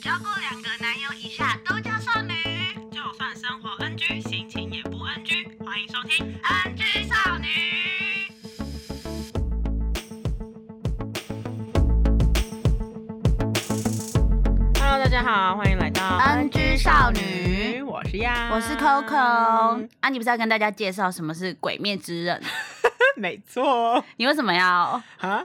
交过两个男友以下都叫少女。就算生活 NG，心情也不 NG。欢迎收听， NG 少女， Hello，大家好，欢迎来到 NG 少女，我是呀，我是 Coco。啊，你不是要跟大家介绍什么是《鬼灭之刃》？ 没错你为什么要？ 啊，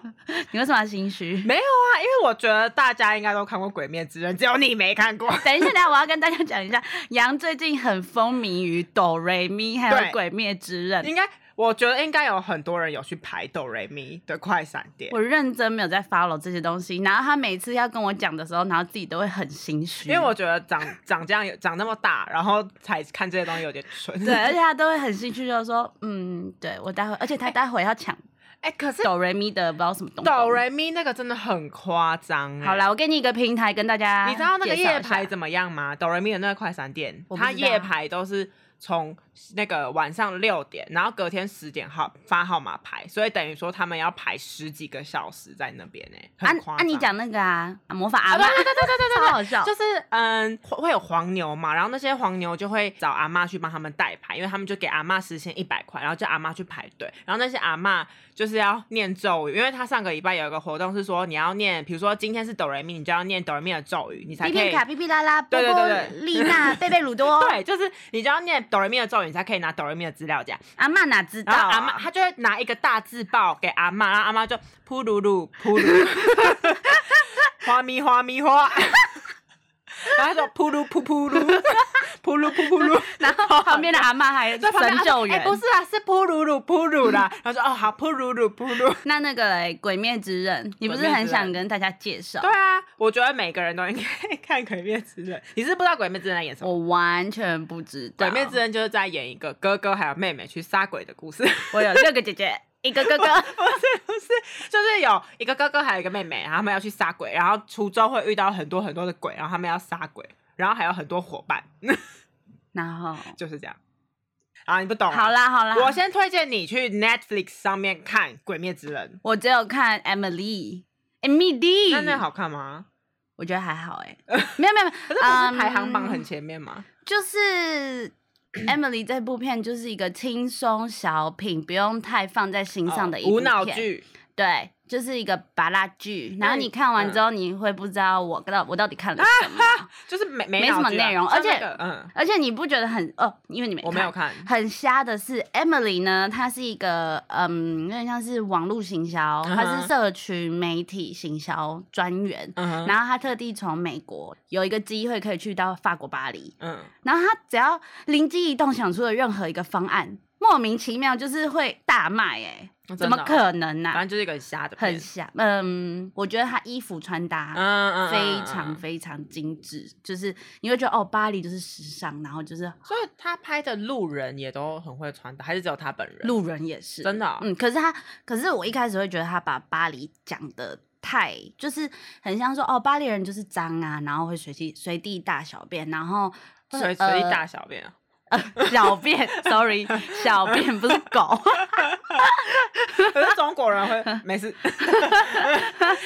你为什么要心虚？没有啊，因为我觉得大家应该都看过《鬼灭之刃》，只有你没看过。 等一下，等一下，我要跟大家讲一下，杨最近很风靡于哆瑞咪，还有对《鬼灭之刃》。应该，我觉得应该有很多人有去排哆瑞咪的快闪店，我认真没有在 follow 这些东西，然后他每次要跟我讲的时候，然后自己都会很心虚，因为我觉得长长这样有长那么大，然后才看这些东西有点蠢。对，而且他都会很心虚，就说嗯，对我待会，而且他待会要 抢 哎、可是哆瑞咪的不知道什么东西。哆瑞咪那个真的很夸张、哎好啦，我给你一个平台跟大家，你知道那个夜排？怎么样吗？哆瑞咪的那个快闪店我，不知道它夜排都是从那个晚上六点，然后隔天十点号发号码牌，所以等于说他们要排十几个小时在那边呢、欸啊很夸啊，张。你讲那个啊，啊魔法阿啊，对妈，对对对对 对超好笑对，就。是嗯，会会有黄牛嘛，然后那些黄牛就会找阿妈去帮他们代排，因为他们就给阿妈实现一百块，然后叫阿妈去排队，然后那些阿妈就是要念咒语，因为他上个礼拜有一个活动是说你要念，比如说今天是哆来咪，你就要念哆来咪的咒语，你才皮可皮以卡、皮皮拉拉、波对对波对对、丽 娜、贝贝鲁多，对，就是你只要念哆来咪的咒语，你才可以拿哆来咪的资料夹。阿妈哪知道然后啊？阿妈她就会拿一个大字报给阿妈，然后阿妈就扑噜噜扑噜， 花咪花咪花， 然后她就扑噜扑扑噜， 扑噜扑扑噜，然后旁边的阿妈还在旁边神救哎、援，不是啊，是扑噜噜扑噜啦。然后说哦好扑噜噜扑噜。那那个嘞《鬼灭之刃》，你不是鬼灭之很想刃跟大家介绍对？啊，我觉得每个人都应该看《鬼灭之刃》。你是不知道《鬼灭之刃》在演什么？我完全不知《道。鬼灭之刃》就是在演一个哥哥还有妹妹去杀鬼的故事。我有六个姐 姐，一个哥哥。 不是不是，就是有一个哥哥还有一个妹妹，然后他们要去杀鬼，然后滁州会遇到很多很多的鬼，然后他们要杀鬼，然后还有很多伙伴， 然后，就是这样。啊，你不懂啊、好啦好啦，我先推荐你去 Netflix 上面看《鬼灭之刃我只有看 Emily。Emily，》，那那好看吗？我觉得还好哎、没有没有没 可有是，不是排行榜嗯很前面吗？就是 Emily 这部片就是一个轻松小品，不用太放在心嗯上的一哦部无片、脑，剧，对，就是一个拔拉剧。然后对嗯你看完之后，你会不知道我到我到底看了什么， 就是没没没什么脑剧啊内容像而且那个嗯，而且你不觉得很哦？因为你没我没有看，很瞎的是，Emily 呢，她是一个嗯，有点像是网络行销，嗯哼她是社群媒体行销专员。嗯哼然后她特地从美国有一个机会可以去到法国巴黎，嗯，然后她只要灵机一动想出的任何一个方案，莫名其妙就是会大卖哎、真的怎哦么可能呢、啊反正就是一个很瞎的片，很瞎，嗯，我觉得她衣服穿搭，嗯嗯，嗯非常。嗯非常精致，就是你会觉得哦，巴黎就是时尚，然后就是所以他拍的路人也都很会穿搭，还是只有他本人？路人也是，真的哦、嗯，可是他，可是我一开始会觉得他把巴黎讲的太，就是很像说哦，巴黎人就是脏啊，然后会随地随地大小便，然后随呃随地大小 便啊，小便，sorry，小便不是狗，可是中国 人会没事。等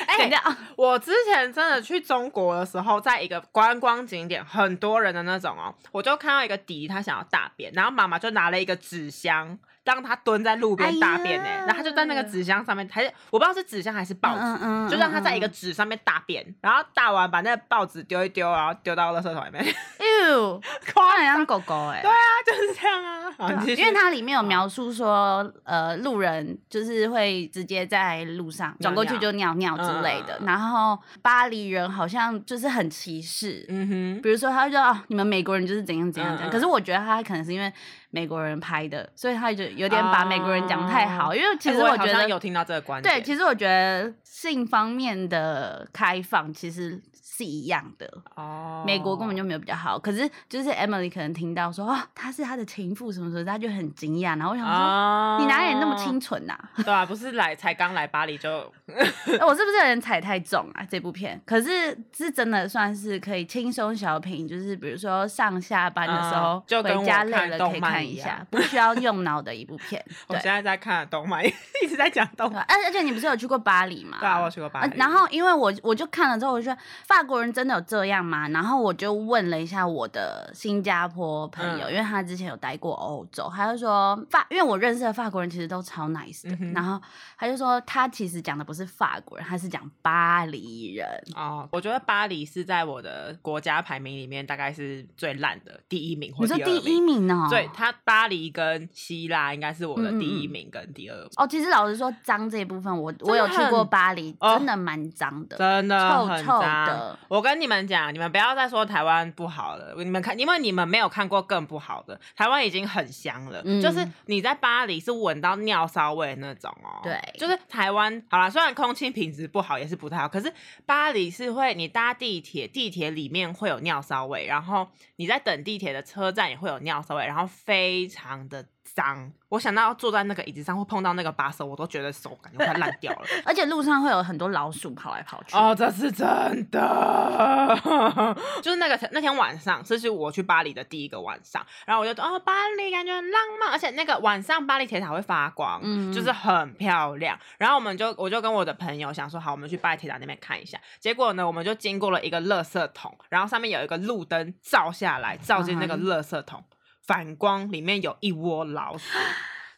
哎、一下啊我之前真的去中国的时候，在一个观光景点，很多人的那种哦，我就看到一个弟他想要大便，然后妈妈就拿了一个纸箱让他蹲在路边大便呢、哎呀然后他就在那个纸箱上面，还是我不知道是纸箱还是报纸。嗯嗯啊就让他在一个嗯纸上面大便，然后大完把那个报纸丢一丢，然后丢到垃圾桶里面。 嗯，ew，它很像狗狗哎、对啊，就是这样啊。好对啊你继续因为它里嗯面有描述说，呃，路人就是会直接在路上转过去尿就尿尿之类的嗯，嗯嗯然后巴黎人好像就是很歧视，嗯哼，比如说，他就说哦，你们美国人就是怎样怎样怎样。嗯嗯可是我觉得他可能是因为美国人拍的，所以他就有点把美国人讲太好。因为其实哎我也好觉像得，有听到这个观对，点，其实我觉得性方面的开放其实是一样的，哦，美国根本就没有比较好。可是就是 Emily 可能听到说哦，他是他的情妇什么什么，他就很惊讶。然后我想说。啊你哪里那么清？纯呐、 哦对啊，不是来才刚来巴黎就我是不是有点踩太重啊？这部片，可是是真的算是可以轻松小品，就是比如说上下班的时候、嗯就跟回我家累了看动可以漫看一一下样，不需要用脑的一部片。 我对，现在在看动漫， 一直在讲动对啊漫。而而且你不是有去过巴黎吗？对啊，我有去过巴啊黎。然后因为我我就看了之后，我就觉得法国人真的有这样吗？然后我就问了一下我的新加坡朋友，嗯因为他之前有待过欧洲，他就说法，因为我认识的法国人其实都超 nice 的，嗯哼然后他就说他其实讲的不是法国人，他是讲巴黎人。哦，我觉得巴黎是在我的国家排名里面大概是最烂的第一名或你说第二第名。一名哦？对，它巴黎跟希腊应该是我的嗯嗯第一嗯名跟第二名，哦，其实老实说，脏这一部分我我的有去过很巴黎，哦真的蛮脏的，真的臭很臭脏。的我跟你们讲，你们不要再说台湾不好了，你们看，因为你们没有看过更不好的，台湾已经很香了，嗯就是你在巴黎是闻到尿骚味那种哦。对就是台湾好啦，虽然空气品质不好也是不太好，可是巴黎是会你搭地铁，地铁里面会有尿骚味，然后你在等地铁的车站也会有尿骚味，然后非常的。脏，我想到坐在那个椅子上会碰到那个把手，我都觉得手感觉快烂掉了。而且路上会有很多老鼠跑来跑去。哦，这是真的， 就是那个那天晚上，这是我去巴黎的第一个晚上，然后我就哦，巴黎感觉很浪漫，而且那个晚上巴黎铁塔会发光，嗯就是很漂亮。然后我们就我就跟我的朋友想说，好，我们去巴黎铁塔那边看一下。结果呢，我们就经过了一个垃圾桶，然后上面有一个路灯照下来，照进那个嗯垃圾桶，反光里面有一窝老鼠，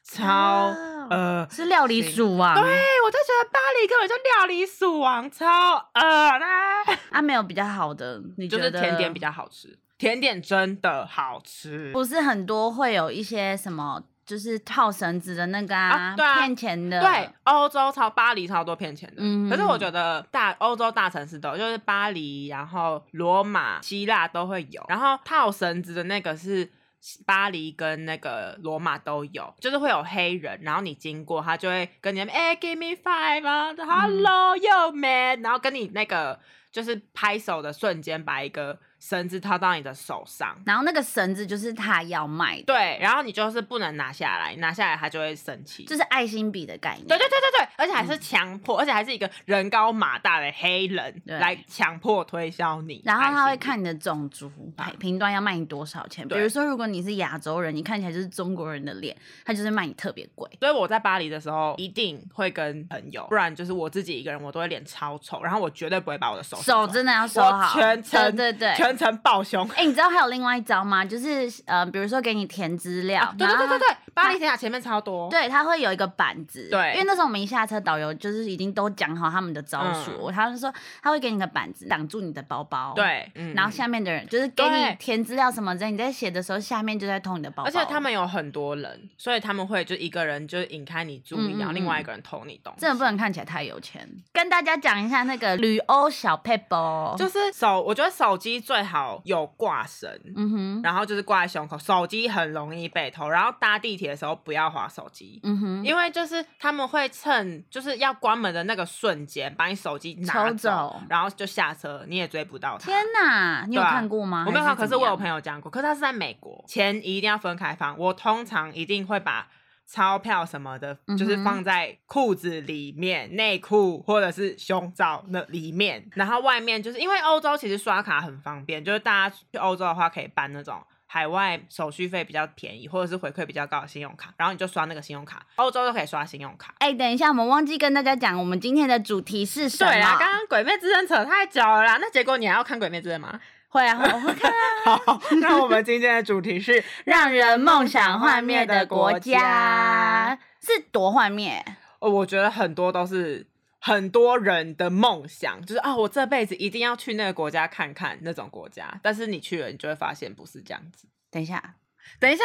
超啊呃是料理行鼠王，对，我就觉得巴黎根本就料理鼠王，超恶的。啊，没有比较好的， 你就觉是得甜点比较好吃，甜点真的好吃。不是很多会有一些什么，就是套绳子的那个啊，啊对啊骗钱的，对，欧洲超巴黎超多骗钱的，嗯可是我觉得大欧洲大城市都有，就是巴黎，然后罗马、希腊都会有，然后套绳子的那个是。巴黎跟那个罗马都有，就是会有黑人，然后你经过他就会跟你们哎、g i v e me five 啊，hello yo man，然后跟你那个就是拍手的瞬间，把一个绳子套到你的手上，然后那个绳子就是他要卖的，对，然后你就是不能拿下来，拿下来他就会生气，就是爱心笔的概念。对对对对对，而且还嗯是强迫，而且还是一个人高马大的黑人对来强迫推销你。然后他会爱心看你的种族啊评评断要卖你多少钱，比对如说如果你是亚洲人，你看起来就是中国人的脸，他就是卖你特别贵。所以我在巴黎的时候，一定会跟朋友，不然就是我自己一个人，我都会脸超丑，然后我绝对不会把我的手手伸出来真的要收我好，全程对对对，全程抱胸。哎、你知道还有另外一招吗？就是呃，比如说给你填资料， 啊对对然后对对对，巴黎铁塔前面超多。对，他会有一个板子，对因为那时候我们一下车，导游就是已经都讲好他们的招数，嗯他就说他会给你个板子挡住你的包包，，对，嗯然后嗯下面的人就是给你对填资料什么之类，你在写的时候下面就在偷你的包包，而且他们有很多人，所以他们会就一个人就引开你注意，嗯嗯然后嗯另外一个人偷你东西。真的不能看起来太有钱。跟大家讲一下那个旅欧小 paper，就是手，我觉得手机最好有挂绳，嗯哼，然后就是挂在胸口，手机很容易被偷。然后搭地铁的时候不要划手机，嗯哼，因为就是他们会趁就是要关门的那个瞬间把你手机拿抽走然后就下车，你也追不到他。天哪，你有对啊看过吗？我没有看，还可是我怎么有样朋友讲过，可是他是在美国，钱一定要分开放。我通常一定会把钞票什么的，嗯哼就是放在裤子里面、内裤或者是胸罩那里面，然后外面就是因为欧洲其实刷卡很方便，就是大家去欧洲的话可以办那种。海外手续费比较便宜，或者是回馈比较高的信用卡，然后你就刷那个信用卡，欧洲都可以刷信用卡。哎、等一下，我们忘记跟大家讲，我们今天的主题是什么？对啦，啊刚刚《鬼灭之刃》扯太久了啦，那结果你还要看《鬼灭之刃》吗？会啊，会我会看啊。 好，那我们今天的主题是让人梦想幻灭的国家是多幻灭？哦，我觉得很多都是很多人的梦想，就是啊，我这辈子一定要去那个国家看看那种国家。但是你去了，你就会发现不是这样子。等一下，等一下，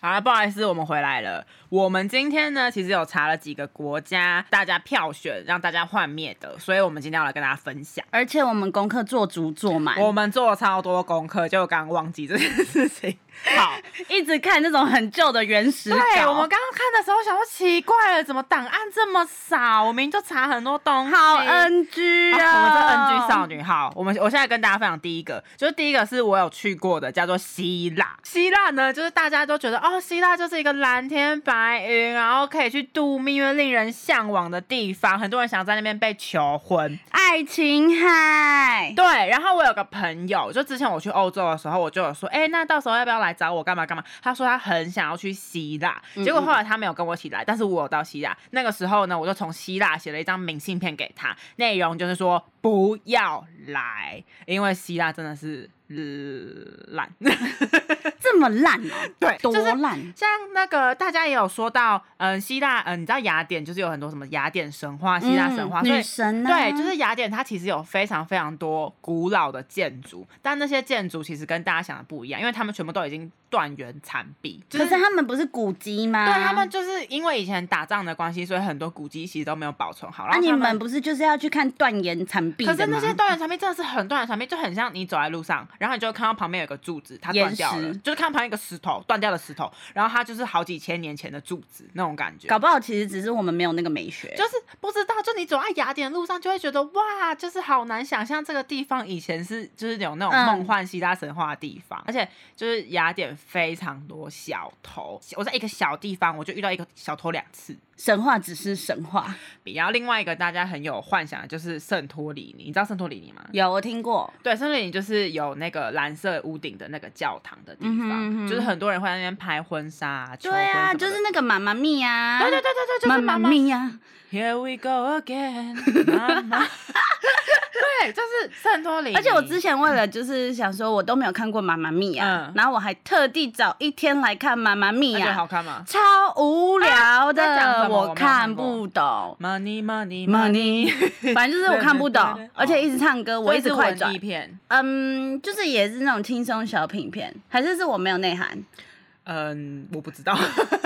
好了，不好意思，我们回来了。我们今天呢，其实有查了几个国家，大家票选让大家幻灭的，所以我们今天要来跟大家分享。而且我们功课做足做满，我们做了超多功课，就刚刚忘记这件事情。 好，一直看那种很旧的原始稿。对，我们刚刚看的时候想说奇怪了，怎么档案这么少？我明明就查很多东西。好 NG 啊我们这啊！山居少女。好，我们我现在跟大家分享第一个，就是第一个是我有去过的，叫做希腊。希腊呢，就是大家都觉得哦，希腊就是一个蓝天白云，然后可以去度蜜月、令人向往的地方。很多人想在那边被求婚。爱琴海，对，然后我有个朋友，就之前我去欧洲的时候，我就有说，哎、那到时候要不要来找我干嘛干嘛？他说他很想要去希腊，嗯结果后来他没有跟我一起来，但是我有到希腊。那个时候呢，我就从希腊写了一张明信片给他，内容就是说不要来，因为希腊真的是呃烂。 这么烂哦、对多就是烂，像那个大家也有说到，嗯，希腊，嗯，你知道雅典就是有很多什么雅典神话、啊希腊神话，嗯所以女神啊，对，就是雅典，它其实有非常非常多古老的建筑，但那些建筑其实跟大家想的不一样，因为他们全部都已经断垣残壁，就可是他啊们不是古迹吗？对他们就是因为以前打仗的关系，所以很多古迹其实都没有保存好。然啊，后你他们不是就是要去看断岩残壁可的是那吗？些断垣残壁真的是很断垣残壁，就很像你走在路上，然后你就会看到旁边有个柱子，它断岩掉了，石就是看到旁边一个石头断掉的石头，然后它就是好几千年前的柱子那种感觉。搞不好其实只是我们没有那个美学，就是不知道，就你走在雅典的路上，就会觉得哇，就是好难想象这个地方以前是就是有那种嗯梦幻希腊神话的地方，而且就是雅典非常多小偷，我在一个小地方我就遇到一个小偷两次。神话只是神话。然后另外一个大家很有幻想的就是圣托里尼，你知道圣托里尼吗？有我听过，对，圣托里尼就是有那个蓝色屋顶的那个教堂的地方，嗯哼嗯哼就是很多人会在那边拍婚纱、啊、求对婚啊，什么的就是那个妈妈咪呀，对对对对对，就是妈啊妈妈啊妈咪呀， Here we go again，妈妈。 对，就是圣托里而且我之前为了就是想说，我都没有看过妈妈咪呀嗯，然后我还特地找一天来看妈妈咪而且呀好，看吗超无聊啊那讲什的，么我没有我看看过不懂。 ？Money money Money，反 正就是我看不对对对懂对，而且一直唱歌，我一直快所以是文转艺。片，嗯，就是也是那种轻松小品片，还是是我没有内涵？嗯，我不知道，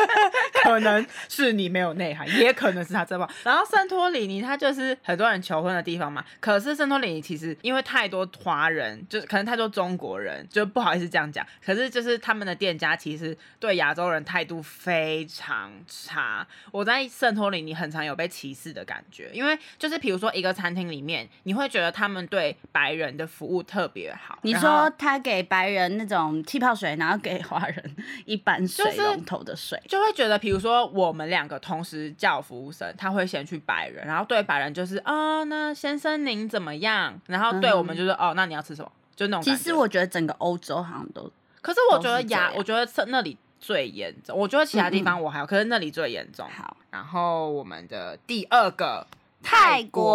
可能是你没有内涵，也可能是他真棒。然后圣托里尼，它就是很多人求婚的地方嘛。可是圣托里尼其实因为太多华人，就是可能太多中国人，就不好意思这样讲。可是就是他们的店家其实对亚洲人态度非常差。我在圣托里尼很常有被歧视的感觉，因为就是比如说一个餐厅里面，你会觉得他们对白人的服务特别好。你然后说他给白人那种气泡水，然后给华人一般水就是龙头的水，就会觉得，比如说我们两个同时叫服务生，他会先去白人，然后对白人就是啊、那先生您怎么样？然后对我们就是、哦，那你要吃什么？就那种感嗯其觉。实我觉得整个欧洲好像都可是我觉得都是这牙样，我觉得这那里最严重，我觉得其他地方我还好，可是那里最严重。好。然后我们的第二个泰国，，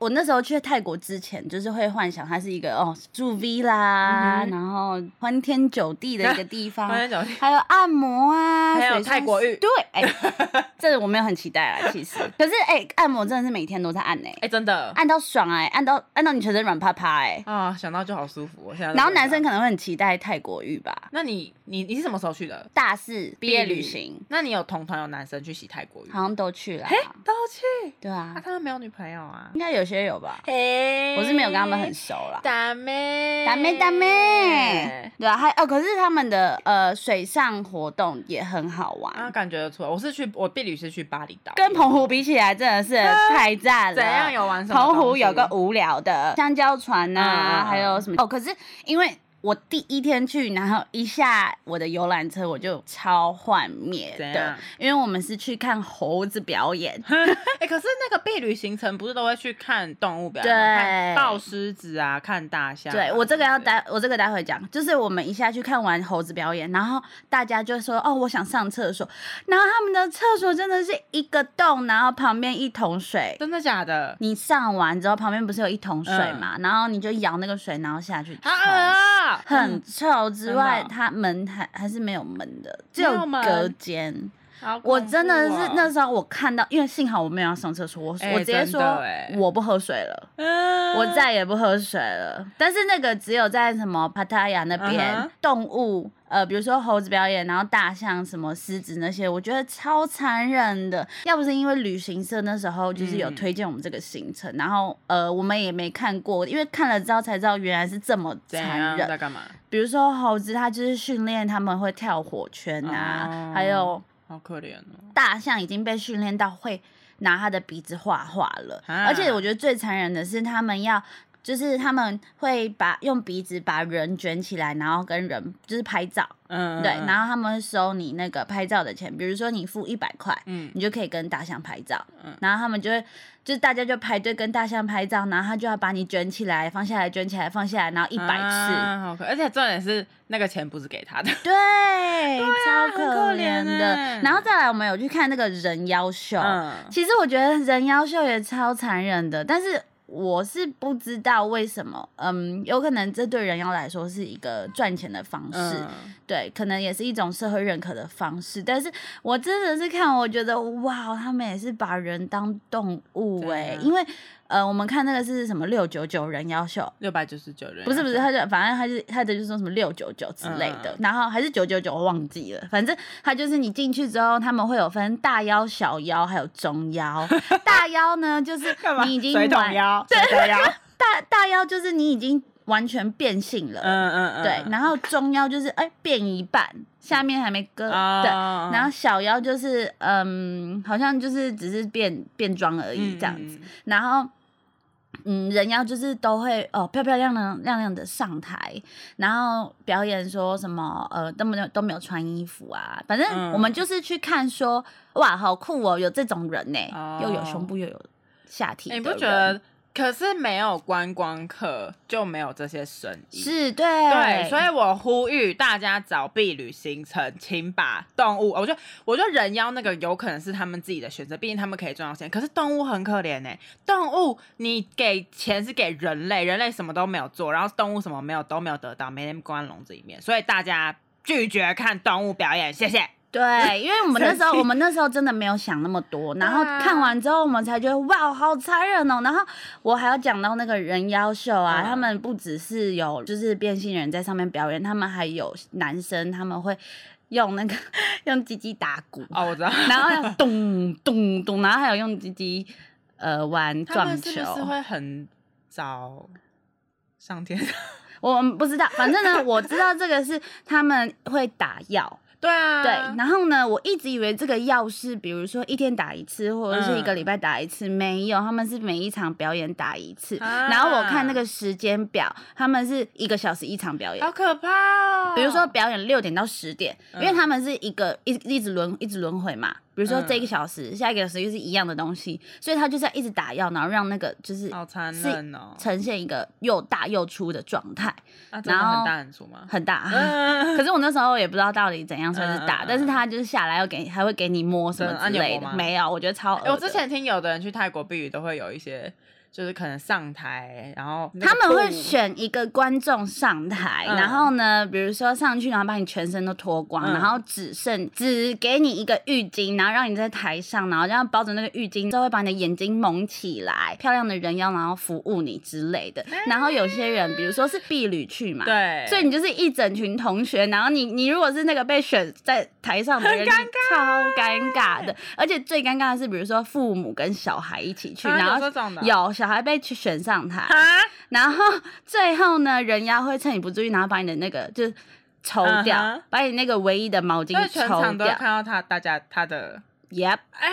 我那时候去泰国之前，就是会幻想它是一个哦住 V 啦，嗯哼然后欢天酒地的一个地 方，发现酒店还有按摩啊，还有水上泰国浴对，哎、 这我没有很期待啦，其 实。可是哎、按摩真的是每天都在按哎、哎、真的按到爽哎、按到按到你全身软趴趴哎、啊、想到就好舒服。我现在都然后觉得男生，可能会很期待泰国浴吧。那你你你是什么时候去的？大四毕业毕业旅行那你有同团有男生去洗泰国浴？好像都去了啊，嗯嘿，都去。对啊，啊，他们没有女朋友啊？应该有些有吧。嘿我是没有跟他们很熟啦。打妹，打妹打妹，对啊，还哦，可是他们的呃水上活动也很好玩，啊，感觉得出来。我是去，我婢女是去巴厘岛，跟澎湖比起来真的是太赞了。啊怎样有玩什么？啊澎湖有个，无聊的香蕉船呐、嗯嗯嗯还有什么？哦，可是因为我第一天去，然后一下我的游览车我就超幻灭怎的样，因为我们是去看猴子表演，哎，可是那个婢女行程不是都会去看动物表演对吗，看抱狮子啊，看大象啊。对我这个要对不待，我这个待会讲，就是我们一下去看完猴子表演，然后大家就说哦，我想上厕所，然后他们的厕所真的是一个洞，然后旁边一桶水对，。真的假的？你上完之后，旁边不是有一桶水嘛，然后你就舀那个水，然后下去冲好恶嗯啊，很臭之外，真的哦它门还还是没有门的，只没有有门隔间。好恐怖哦，我真的是那时候我看到，因为幸好我没有要上厕所，我、哎我直接说真的哎我不喝水了。嗯， 我再也不喝水了。但是那个只有在什么帕塔亚那边、嗯哼动物，呃，比如说猴子表演，然后大象、什么狮子那些，我觉得超残忍的。要不是因为旅行社那时候就是有嗯推荐我们这个行程，然后呃，我们也没看过，因为看了之后才知道原来是这么怎残样忍在。干嘛？比如说猴子，它就是训练他们会跳火圈啊，哦还有好可怜哦。大象已经被训练到会拿他的鼻子画画了。啊而且我觉得最残忍的是，他们要就是他们会把用鼻子把人卷起来，然后跟人就是拍照，嗯，对，然后后他们会收你那个拍照的钱，比如说你付一百块，嗯你就可以跟大象拍照，嗯然后他们就会，就是大家就排队跟大象拍照，然后他就要把你卷起来，放下来，卷起来，放下来，然后一百次，啊好可，而且重点是那个钱不是给他的，对，啊超很可怜怜的。欸然后再来，我们有去看那个人妖秀，嗯，其实我觉得人妖秀也超残忍的，但是我是不知道为什么，嗯，有可能这对人妖来说是一个赚钱的方式，嗯对，可能也是一种社会认可的方式。但是我真的是看，我觉得哇，他们也是把人当动物真哎、的因为呃，我们看那个是什么六九九人妖秀。六百九十九啊人，不是不是，他就反正他就是他的就是说什么六九九之类的，嗯然后还是九九九，我忘记了。反正他就是你进去之后，他们会有分大腰、小腰，还有中 腰。大腰呢，就是干嘛？你已经水桶完腰，水桶腰，大大腰就是你已经完全变性了， 嗯嗯嗯，对。然后中腰就是哎、变一半，下面还没割，对。哦然后小腰就是嗯，好像就是只是变变装而嗯已这样子。，然后，嗯，人妖就是都会哦，漂漂亮亮亮亮的上台，然后表演说什么呃，都没有都没有穿衣服啊，反正嗯我们就是去看说，哇，好酷哦，有这种人呢、哦又有胸部又有下体嗯嗯嗯的欸你人、不觉得？可是没有观光客就没有这些生意，是对？对，所以我呼吁大家找避旅行程，请把动物，我觉得我觉得人妖那个有可能是他们自己的选择，毕竟他们可以赚到钱。可是动物很可怜呢、动物你给钱是给人类，人类什么都没有做，然后动物什么没有都没有得到，每天关笼子里面，所以大家拒绝看动物表演，谢谢。对，因为我们那时候，生气我们那时候真的没有想那么多，然后对啊看完之后，我们才觉得哇，好残忍哦。然后我还要讲到那个人妖秀啊，嗯他们不只是有就是变性人在上面表演，他们还有男生，他们会用那个 用鸡鸡打鼓，哦，我知道，然后要咚咚咚，然后还有用鸡鸡呃玩他撞们球。是不是会很早上天堂？我们不知道，反正呢，我知道这个是他们会打药。对啊，对，然后呢，我一直以为这个药是，比如说一天打一次，或者是一个礼拜打一次，没有，他们是每一场表演打一次。啊哦然后我看那个时间表，他们是一个小时一场表演好。可怕哦。比如说表演六点到十点，因为嗯他们是一个一一直轮一直轮回嘛。比如说嗯这一个小时，下一个小时又是一样的东西，所以他就是要一直打药，然后让那个就是好残是忍哦，呈现一个又大又粗的状态，那真的然后很大很粗吗？很大。 嗯可是我那时候也不知道到底怎样算是打，嗯嗯嗯但是他就是下来要给，还会给你摸什么真的啊之你有类的。摸吗没有，我觉得超恶的、欸我之前听有的人去泰国避雨都会有一些，就是可能上台，然后那个他们会布选一个观众上台，嗯然后呢，比如说上去，然后把你全身都脱光，嗯然后只剩只给你一个浴巾，然后让你在台上，然后这样包着那个浴巾，就会把你的眼睛蒙起来，漂亮的人妖，然后服务你之类的。哎然后有些人，比如说是婢女去嘛，对，所以你就是一整群同学，然后你你如果是那个被选在台上的人，很尴你超尴尬的。而且最尴尬的是，比如说父母跟小孩一起去，啊然有这后种的有小孩被去选上台，啊，然后最后呢，人妖会趁你不注意，然后把你的那个就是抽掉，嗯哼把你那个唯一的毛巾所以全抽场都会掉看。到他，大家他的 Yep，哎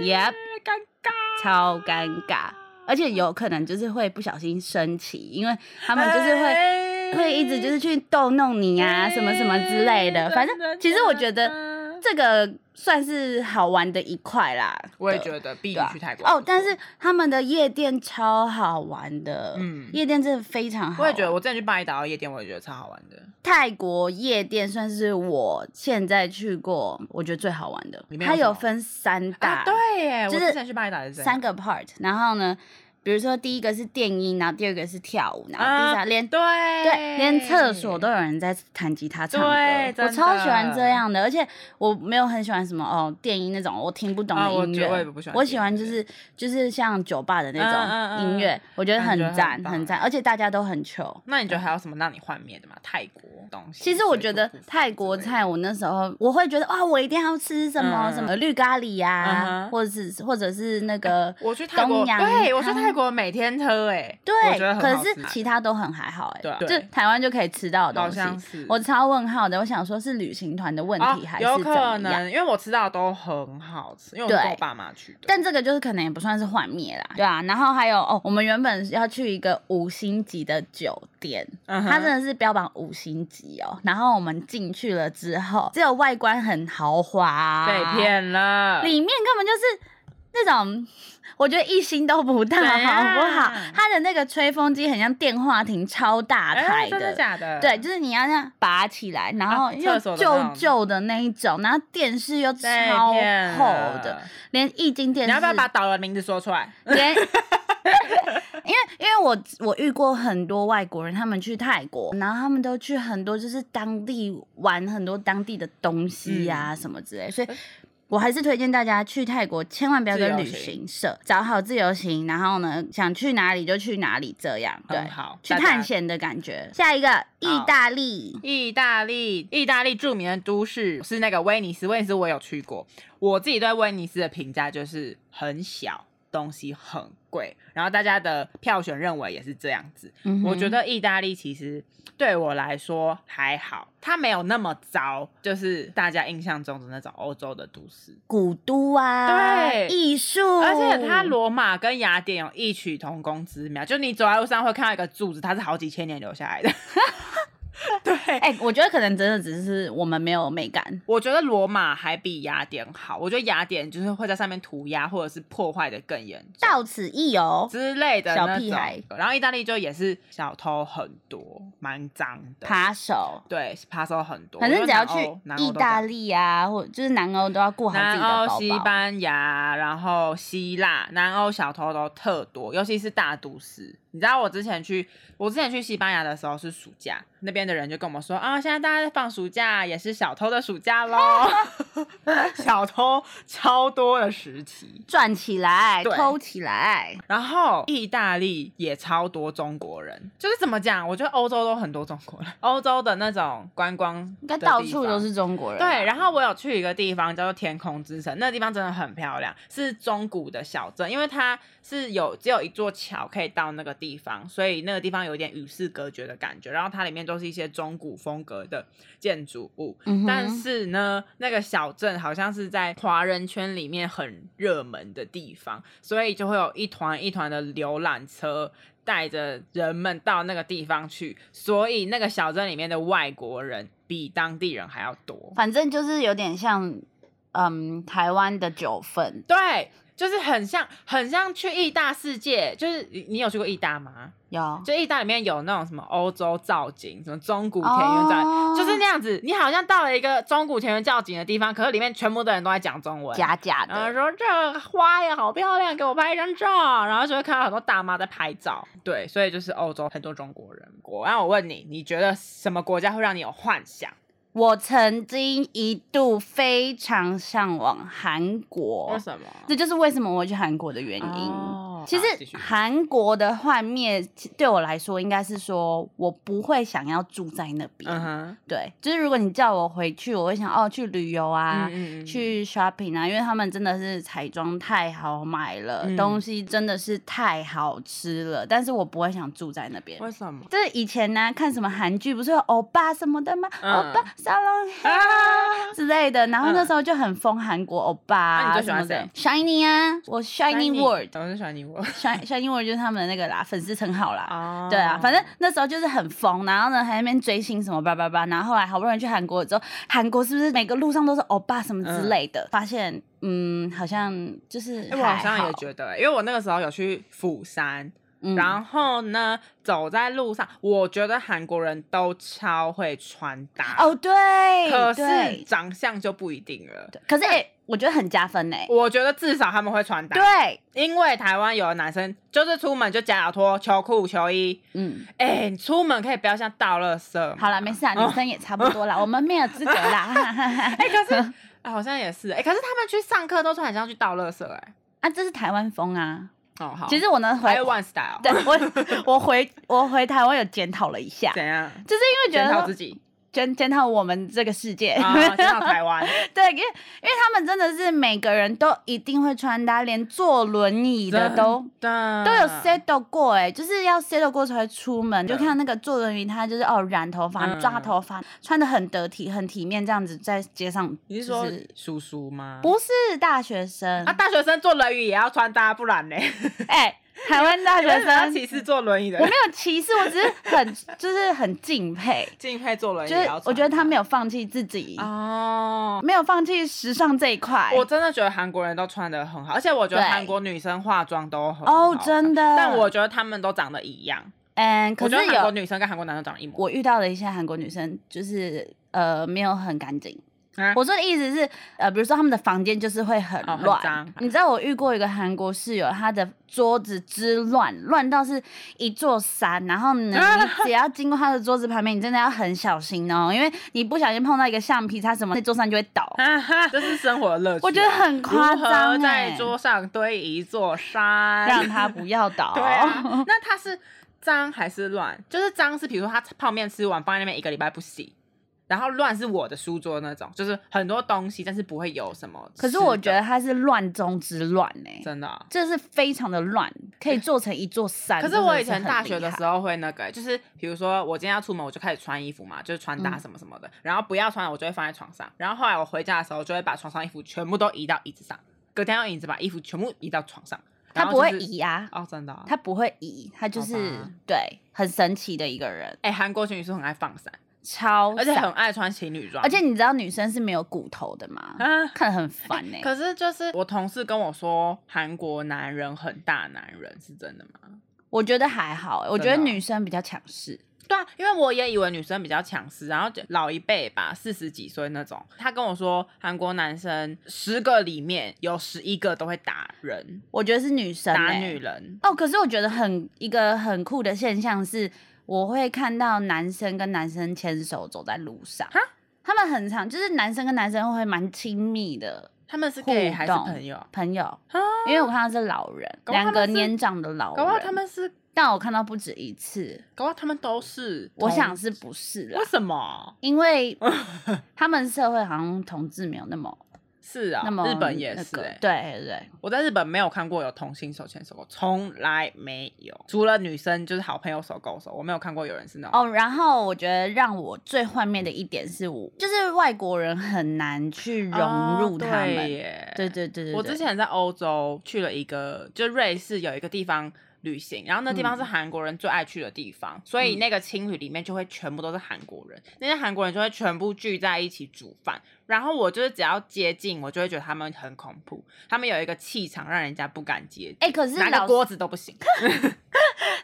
Yep 尴尬，超尴尬，而且有可能就是会不小心升旗，因为他们就是哎会。会会一直就是去逗弄你嗯啊，什么什么之类的。反正其实我觉得这个算是好玩的一块啦。我也对觉得避雨对啊去泰国哦，但是是他们的夜店超好玩的，嗯夜店真的非常好玩。我也觉得，我之前去巴厘岛的夜店，我也觉得超好玩的，泰国夜店算是我现在去过我觉得最好玩的里，面有它什有么分三大，啊对耶，我就是之前去巴厘岛也是这样三个 part，然后呢，比如说第一个是电音，然后第二个是跳舞，然后第三、啊连对对，连厕所都有人在弹吉他唱歌，对真我的超喜欢这样的，而且我没有很喜欢什么哦电音那种我听不懂啊的我音觉乐，我也不喜欢喜欢就是就是像酒吧的那嗯嗯种嗯音乐，我觉得感觉很很赞棒很赞，而且大家都很穷。那你觉得还有什么让你幻灭的吗？泰国东西？嗯其实我水觉土得不服泰国之类的菜，我那时候我会觉得哇，啊我一定要吃什么、嗯什么绿咖喱呀、嗯哼哎或者是或者是那个我去泰国，东洋对我去汤泰国每天喝哎、我觉得对，很可好是吃其他都很还好哎、对啊就台湾就可以吃到的好东西，像是我超问号的，我想说是旅行团的问啊题还是有怎么可样？能，因为我吃到的都很好吃，因为我是对跟我爸妈去的。但这个就是可能也不算是幻灭啦，对啊。然后还有哦，我们原本要去一个五星级的酒店，嗯哼它真的是标榜五星级哦。然后我们进去了之后，只有外观很豪华、啊被，骗了，里面根本就是那种。我觉得一星都不到，怎样好不好？它的那个吹风机很像电话亭，超大台哎的，真的假的？对，就是你要这样拔起来，然后啊又厕所的那旧种旧的那一种，然后电视又超被骗厚了的，。连液晶电你视，要不要把导游的名字说出来？连因为因为我我遇过很多外国人，他们去泰国，然后他们都去很多就是当地玩很多当地的东西呀、嗯什么之类，所以。我还是推荐大家去泰国，千万不要自跟由旅行行社找好自由行，然后呢，想去哪里就去哪里，这样对很，好，去大家探。险的感觉。下一个，意好大利，意大利，意大利著名的都市是那个威尼斯，威尼斯我有去过。我自己对威尼斯的评价就是很小，东西很贵，然后大家的票选认为也是这样子。嗯我哼觉得意大利其实对我来说还好，它没有那么糟，就是大家印象中的那种欧洲的都市。古都啊，对艺术，而且它罗马跟雅典有异曲同工之妙，就你走在路上会看到一个柱子，它是好几千年留下来的。 对，哎、我觉得可能真的只是我们没有美感，我觉得罗马还比雅典好，我觉得雅典就是会在上面涂鸦或者是破坏的更严重到此一游。之类的小那屁种孩然后意大利就也是小偷很多，蛮脏的，扒手，对，扒手很多。反正我只觉得要南欧去南欧意都这样大利啊，或就是南欧都要顾好自己南的包欧、包。西班牙，然后希腊、南欧小偷都特多，尤其是大都市。你知道我之前去，我之前去西班牙的时候是暑假，那边的人就跟我们说啊，现在大家在放暑假，也是小偷的暑假喽， 小偷超多的时期。转起来，对偷起来，然后意大利也超多中国人，就是怎么讲？我觉得欧洲都很多中国人，欧洲的那种观光应应该到处都是中国人啊、对，然后我有去一个地方叫做天空之城，那个地方真的很漂亮，是中古的小镇，因为它是有只有一座桥可以到那个地方，所以那个地方有点与世隔绝的感觉。然后它里面都是一些中古风格的建筑物，嗯哼但是呢，那个小镇好像是在华人圈里面很热门的地方，所以就会有一团一团的游览车带着人们到那个地方去，所以那个小镇里面的外国人比当地人还要多。反正就是有点像，嗯，台湾的九份对，就是很像，很像去意大世界。就是你你有去过意大吗？有就意大里面有那种什么欧洲造景，什么中古田园造景，哦就是那样子。你好像到了一个中古田园造景的地方，可是里面全部的人都在讲中文。哦假假然后的，说这花也好漂亮，给我拍一张照。然后就会看到很多大妈在拍照。对，所以就是欧洲很多中国人国。然后我问你，你觉得什么国家会让你有幻想？我曾经一度非常向往韩国，为什么？这就是为什么我会去韩国的原因。哦其好继实续韩国的幻灭其对我来说，应该是说我不会想要住在那边。嗯哼，对，就是如果你叫我回去，我会想哦，去旅游啊。嗯嗯，去 shopping 啊，因为他们真的是彩妆太好买了，嗯东西真的是太好吃了，但是我不会想住在那边。为什么？就是以前呢、看什么韩剧，不是有欧巴什么的吗？嗯欧巴沙龙啊之类的，然后那嗯时候就很疯韩国欧巴、啊那你最喜欢什么的？Shiny 啊，我 Shiny World。我是喜欢你我 Shiny Shiny World 就是他们的那个啦，粉丝称号啦。啊对啊，反正那时候就是很疯，然后呢还在那边追星什么叭叭叭，然后后来好不容易去韩国之后，韩国是不是每个路上都是欧巴什么之类的？发现嗯，好像就是哎、我好像也得，觉得、因为我那个时候有去釜山，嗯然后呢，走在路上，我觉得韩国人都超会穿搭，哦对，可是对长相就不一定了。可是哎、我觉得很加分呢、哎我觉得至少他们会穿搭，对，因为台湾有的男生就是出门就夹脚拖、秋裤、球衣，嗯，哎、你出门可以不要像倒垃圾吗。好啦，没事啊，嗯女生也差不多啦，我们没有资格 啦。哎、可 是、啊好像也是哎、可是他们去上课都穿很像去倒垃圾哎、啊，这是台湾风啊。哦好，其实我呢回台， 湾 style 对我我回我回台湾有检讨了一下，怎样？就是因为觉检得讨说 哎自己，检检讨我们这个世界，啊，就到台湾， 对，因为因为他们真的是每个人都一定会穿搭，连坐轮椅的都都都有 settle 过、欸，哎，就是要 settle 过才会出门。就看到那个坐轮椅，他就是哦染头发、嗯抓头发，穿的很得体、很体面，这样子在街上。你是就说嗯是叔叔吗？不是大学生？啊，大学生坐轮椅也要穿搭，不然呢？哎、台湾 大学为什么要生，歧视坐轮椅的我没？有歧视，我只是很 就是很敬佩， 敬佩坐轮椅就也是要穿搭，我觉得他没有放弃自己，哦。没有放弃时尚这一块。我真的觉得韩国人都穿的很好，而且我觉得对韩国女生化妆都很好哦，真的，但我觉得他们都长得一样。嗯，可我是觉得韩国有女生跟韩国男生长得一模我遇到的一些韩国女生，就是呃没有很干净。啊我说的意思是，呃，比如说他们的房间就是会很哦很乱。嗯脏你知道我遇过一个韩国室友，他的桌子之乱，乱到是一座山。然后呢，啊你只要经过他的桌子旁边，你真的要很小心哦，因为你不小心碰到一个橡皮擦什么，那桌上就会倒。一样，这是生活的乐趣啊。我觉得很夸张、欸，如何在桌上堆一座山，让他不要倒。 对啊。 那它是脏还是乱？就是脏是，比如说他泡面吃完放在那边一个礼拜不洗，然后乱是我的书桌那种，就是很多东西，但是不会有什么吃的。可是我觉得他是乱中之乱呢、真的啊、这是非常的乱，可以做成一座山。可是我以前大学的时候，候会那个、欸就是比如说我今天要出门，我就开始穿衣服嘛，就是穿搭什么什嗯么的，然后不要穿了，我就会放在床上。然后后来我回家的时候，就会把床上衣服全部都移到椅子上，隔天用椅子把衣服全部移到床上。他然后不会就是移啊，哦，真的、啊。他不会移，他就是好吧对很神奇的一个人，哎、韩国情侣是很爱放散，超而且闪很爱穿情侣装，而且你知道女生是没有骨头的吗？啊。看得很 烦欸呢、可是就是我同事跟我说，韩国男人很大男人，是真的吗？我觉得还好、欸，我觉真得的哦女生比较强势。对啊，因为我也以为女生比较强势，然后就老一辈吧，四十几岁那种，他跟我说，韩国男生十个里面有十一个都会打人，我觉得是女生、欸、打女人。哦，可是我觉得很一个很酷的现象是，我会看到男生跟男生牵手走在路上哈，他们很常就是男生跟男生会蛮亲密的他们是互 gay 还是动朋友？朋友，啊，因为我看到是老人，搞不好两他个们是年长的老搞不好人，他们是，但我看到不止一次，搞不好他们都是同。我想是不是啦为？什么？因 为他们社会好像同志没有那么是啊，那么日本也那是、个欸。对对对，我在日本没有看过有同性手牵手过，从来没有，除了女生就是好朋友手勾手，我没有看过有人是那种。哦，然后我觉得让我最幻灭的一点是我，就是外国人很难去融入他哦们。对耶对对对对我对之前在欧洲去了一个，就瑞士有一个地方旅行，然后那嗯地方是韩国人最爱去的地方，所以那个青旅里面就会全部都是韩国人，那些韩国人就会全部聚在一起煮饭，然后我就是只要接近，我就会觉得他们很恐怖，他们有一个气场让人家不敢接近，哎、可是拿老个锅子都 不行。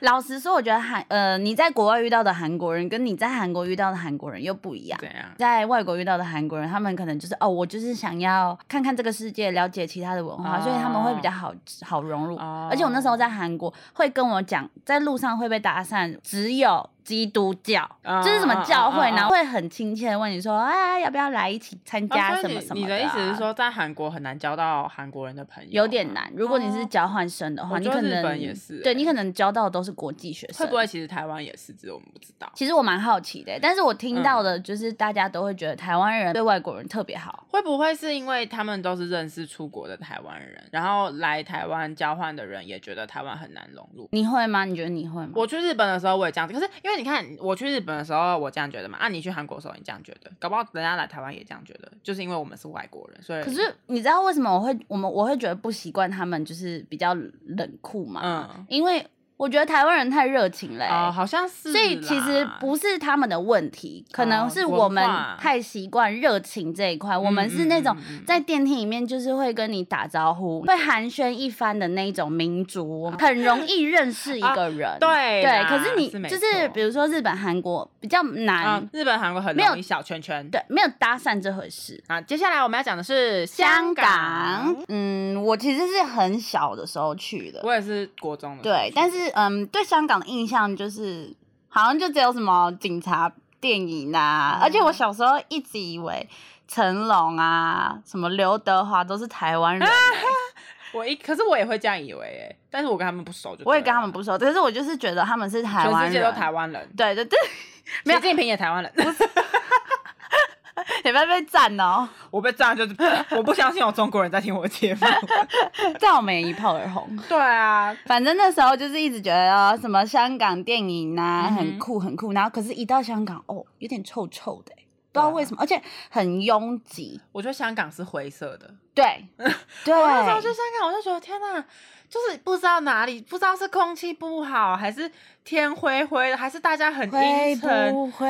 老实说，我觉得韩呃，你在国外遇到的韩国人，跟你在韩国遇到的韩国人又不一样。怎样？在外国遇到的韩国人，他们可能就是哦，我就是想要看看这个世界，了解其他的文化，哦所以他们会比较好好融入。哦而且我那时候在韩国，会跟我讲，在路上会被搭讪，只有基督教，哦就是什么教会，哦哦哦然后会很亲切的问你说啊，要不要来一起参加哦所什以么你什么你的啊的意思是说，在韩国很难交到韩国人的朋友，有点。难。如果你是哦交换生的话，我你觉得可日能本也是对欸你可能交到的都是国际学会生。不会其实台湾也是，只是我们不知道？其实我蛮好奇的欸，但是我听嗯到的就是大家都会觉得台湾人对外国人特别好。会不会是因为他们都是认识出国的台湾人，然后来台湾交换的人也觉得台湾很难融入？你会吗？你觉得你会吗？我去日本的时候我也这样子，可是因为你看我去日本的时候我这样觉得嘛，啊你去韩国的时候你这样觉得，搞不好人家来台湾也这样觉得，就是因为我们是外国人，所以可是你知道为什么我会我们我会觉得不习惯他们就是比较冷酷嘛？嗯因为我觉得台湾人太热情了欸、哦、好像是啦，哦所以其实不是他们的问题，可能是我们文化太习惯热情这一块。我嗯们是那种在电梯里面就是会跟你打招呼、会寒暄一番的那种民族，很容易认识一个人。啊对对，啦可是你是没就是错比如说日本、韩国比较啊、难，日本韩国很没有容易小圈圈。对，没有搭讪这回事。啊，接下来我们要讲的是香港港，嗯，我其实是很小的时候去的，我也是国中的时候去，对，但是嗯，对香港的印象就是好像就只有什么警察电影啊，而嗯且我小时候一直以为成龙啊、什么刘德华都是台湾 人欸、我一可是我也会这样以为哎、但是我跟他们不熟就，我也跟他们，不熟，可是我就是觉得他们是台全湾世人，界都台湾人，对对对，没有 习近平也台湾人，你们被赞哦，我被炸就是，我不相信有中国人在听我 节目。这样我们也一炮而红。对啊，反正那时候就是一直觉得啊什么香港电影啊、嗯哼很酷很酷，然后可是一到香港哦，有点臭臭的欸、不知道啊为什么，而且很拥挤。我觉得香港是灰色的。 对对，我那时候去香港，我就觉得天哪，就是不知道哪里，不知道是空气不好，还是天灰灰的，还是大家很会阴沉。不会？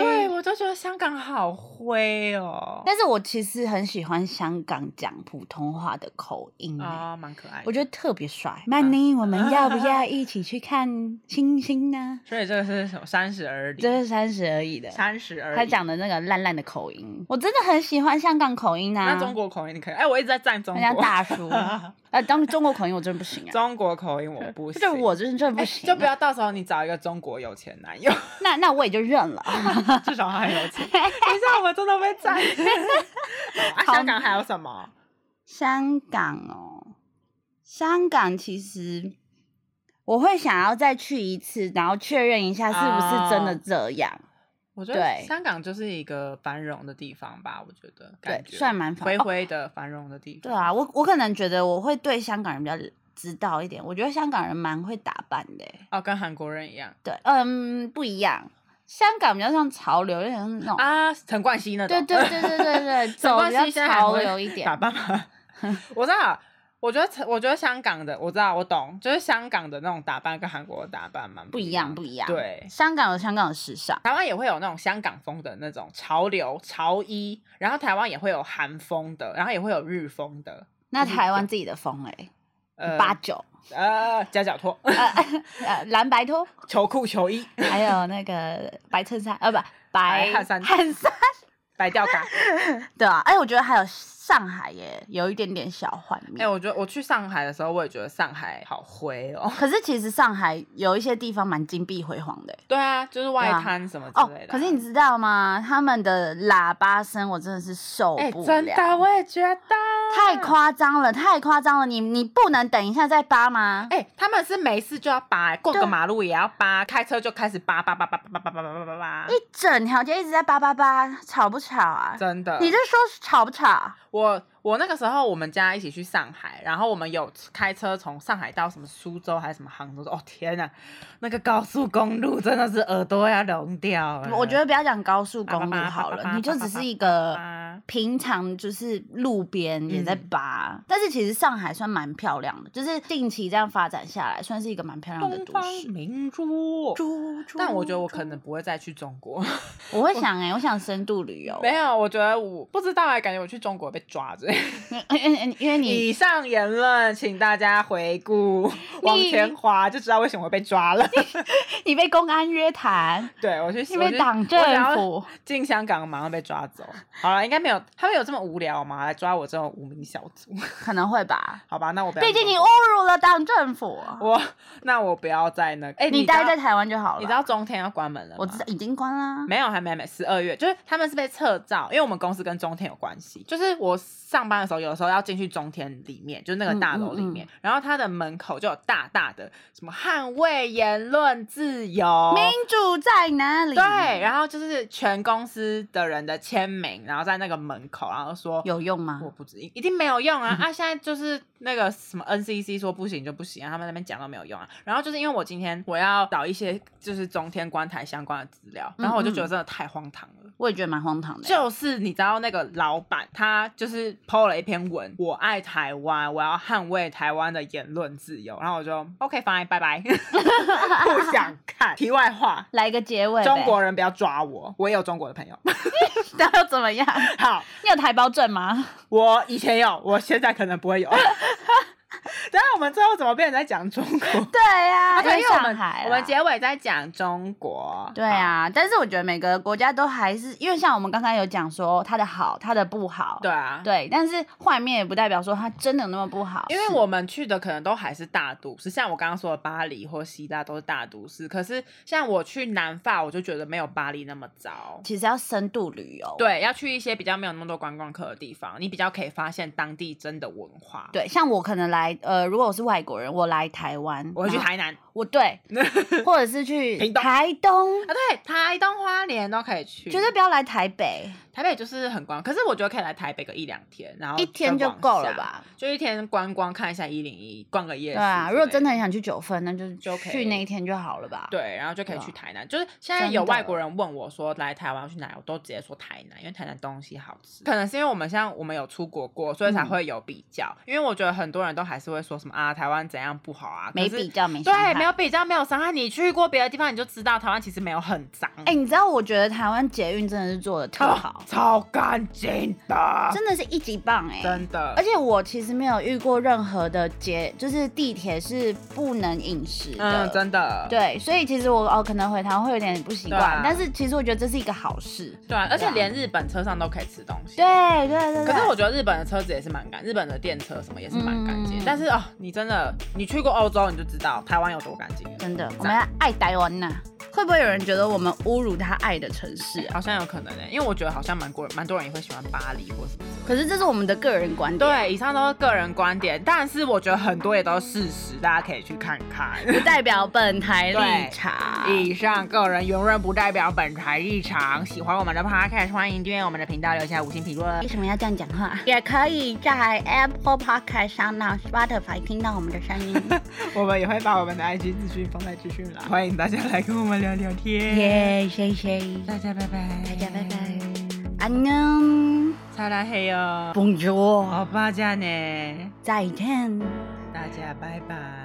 对，。我就觉得香港好灰哦。但是我其实很喜欢香港讲普通话的口音欸、啊、蛮可爱的。我觉得特别帅。曼 妮，我们要不要一起去看星星呢？所以这个是什么？三十而立，这是三十而已的，三十而已。他讲的那个烂烂的口音，我真的很喜欢香港口音啊。那中国口音你可以？哎，我一直在赞中人家国。大叔，呃，当中国口音我真的不行啊， 中国口 音我不行，这我真的真的不哎行啊、就不要到时候你找一个中国有钱男友， 那那我也就认了。啊至少他很有 钱。等一下我们真的被赞。啊，香港还有什么？香港哦，香港其实我会想要再去一次，然后确认一下是不是真的哦这样。我觉得对香港就是一个繁荣的地方吧，我觉得感觉算蛮繁哦灰灰的繁荣的地方。对，啊，我我可能觉得我会对香港人比较知道一点，我觉得香港人蛮会打扮的欸。哦，跟韩国人一样对，嗯，不一样，香港比较像潮流，有点像那种。啊，陈冠希那种。对对对对对 对，陈走冠比较希现在还潮会流一点打。扮吗？ 我知道，我觉得陈我觉得香港的，我知道我懂，就是香港的那种打扮跟韩国的打扮蛮不一一样，的不一样。对香港有香港的时尚，台湾也会有那种香港风的那种潮流潮衣，然后台湾也会有韩风的，然后也会有日风的，那台湾自己的风嘞、呃八九，呃夹脚拖、 呃， 蓝白拖，球裤、球衣、还有那个白衬衫，呃，不，白白汗衫汗衫，白吊嘎。对啊。哎、我觉得还有上海耶，有一点点小幻哎、灭。我觉得我去上海的时候，我也觉得上海好灰哦。 可是其实上海有一些地方蛮金碧辉煌的耶对啊，就是外对啊滩什么哦之类的啊、。可是你知道吗？他们的喇叭声我真的是受哎、不了，真的，我也觉得太夸张了，太夸张了。你你不能等一下再扒吗？哎、他们是没事就要扒、哎过对个马路也要扒，开车就开始扒扒扒扒扒扒扒扒扒扒扒，一整条街一直在叭叭叭，吵不吵啊？真的。你是说吵不吵？我我那个时候我们家一起去上海，然后我们有开车从上海到什么苏州还是什么杭州，哦天呐，那个高速公路真的是耳朵要聋掉了。我觉得不要讲高速公路叭叭叭好叭叭了，叭你就只是一叭个叭平常就是路边也嗯在扒，但是其实上海算蛮漂亮的，就是近期这样发展下来，算是一个蛮漂亮的东都方市。明珠。猪猪但我觉得我可 猪能不会再去中国， 我会想哎、我想深度旅游，没有，我觉得我不知道哎、感觉我去中国被抓着。 因为因为你以上言论，请大家回顾 往前滑，就知道为什么会被抓了。你被公安约谈， 对我去，你我被去党政我想要府，进香港马上被抓走。好了，应该没有，他们有这么无聊吗？来抓我这种无名小卒？ 可能会吧。好吧，那我不要。毕竟你侮辱了党政府，我， 那我不要再那个。哎、你知道待在，台湾就好了。你知道中天要关门了吗？我知道已经关啦。没有，还没还没，十二月就是他们是被撤照，因为我们公司跟中天有关系。就是我上班的时候，有的时候要进去中天里面，就是那个大楼里面，然后它的门口就有大大的什么捍卫言论自由，民主在哪里？嗯对，然后就是全公司的人的签名，然后在那个门口，然后说有用吗我？不知一定没有用啊啊！现在就是那个什么 NCC 说不行就不行啊，他们那边讲都没有用啊。然后就是因为我今天我要找一些就是中天观台相关的资料，然后我就觉得真的太荒唐了。我也觉得蛮荒唐的。欸就是你知道那个老板，他就是 PO 了一篇文，我爱台湾，我要捍卫台湾的言论自由。然后我就 OK fine，拜拜，不想看。 题外话，来个结尾呗，中 国人不要抓我，我也有中国的朋友。 那又怎么样？好，你有台胞证吗？我以前有，我现在可能不会有。 等下我们最后怎么变成在讲 中国？ 对 呀、啊在因为我上们海啦我们结尾在讲中国。对啊，但是我觉得每个国家都还是，因为像我们刚刚有讲说它的好，它的不好好，，对啊，对，但是坏面也不代表说它真的有那么不好，因为我们去的可能都还是大都市，像我刚刚说的巴黎或希腊都是大都市。可是像我去南法，我就觉得没有巴黎那么糟。其实要深度旅游，对，要去一些比较没有那么多观光客的地方，你比较可以发现当地真的文化。，对，像我可能来，呃，如果我是外国人，我来台湾，我会去然后台南， 我对，或者是去屏东台东，啊，对，台东、花莲都可以去，绝对不要来台北，台北就是很观光，可是我觉得可以来台北个一两天，然后一天再就往够了下？吧？就一天观光看一下一零一，逛个夜市对之类的。啊，如果真的很想去九份，那就就可以去那一天就好了吧？对，然后就可以对啊去台南。就是现在真有的外国人问我说来台湾要去哪，我都直接说台南，因为台南东西好吃。可能是因为我们现在我们有出国过，所以才嗯会有比较。因为我觉得很多人都还是会说什么啊，台湾怎样不好啊，可没是比较没伤害对，没有比较没有伤害。你去过别的地方，你就知道台湾其实没有很脏，哎、你知道我觉得台湾捷运真的是做的特哦好，超干净的，真的是一级棒哎、真的。而且我其实没有遇过任何的捷，就是地铁是不能饮食的。嗯，真的，对，所以其实我哦可能回台湾会有点不习惯，对啊但是其实我觉得这是一个好事。对啊，而啊且对啊连日本车上都可以吃东西。对对对对。可是我觉得日本的车子也是蛮干，日本的电车什么也是蛮干净。嗯但是哦，你真的你去过欧洲你就知道台湾有多干净了，真的，我们要爱台湾呐、会不会有人觉得我们侮辱他爱的城市啊？好像有可能欸呢、因为我觉得好像蛮多蛮多人也会喜欢巴黎或什么。可是这是我们的个人观点，对，以上都是个人观点，但是我觉得很多也都是事实，大家可以去看看。不代表本台对立场。 以上个人言论不代表本台立场。喜欢我们的 podcast，欢迎订阅我们的频道，留下五星评论为。什么要这样讲话？也可以在 Apple Podcast 上、到 Spotify 听到我们的声音。我们也会把我们的 IG 资讯放在资讯栏，欢迎大家来跟我们聊聊天。 耶，谢谢，大家拜拜，大家拜拜，安妞，擦拉黑哦， 어, Bonjour， 네.好吧，这样呢，再见。大家拜拜。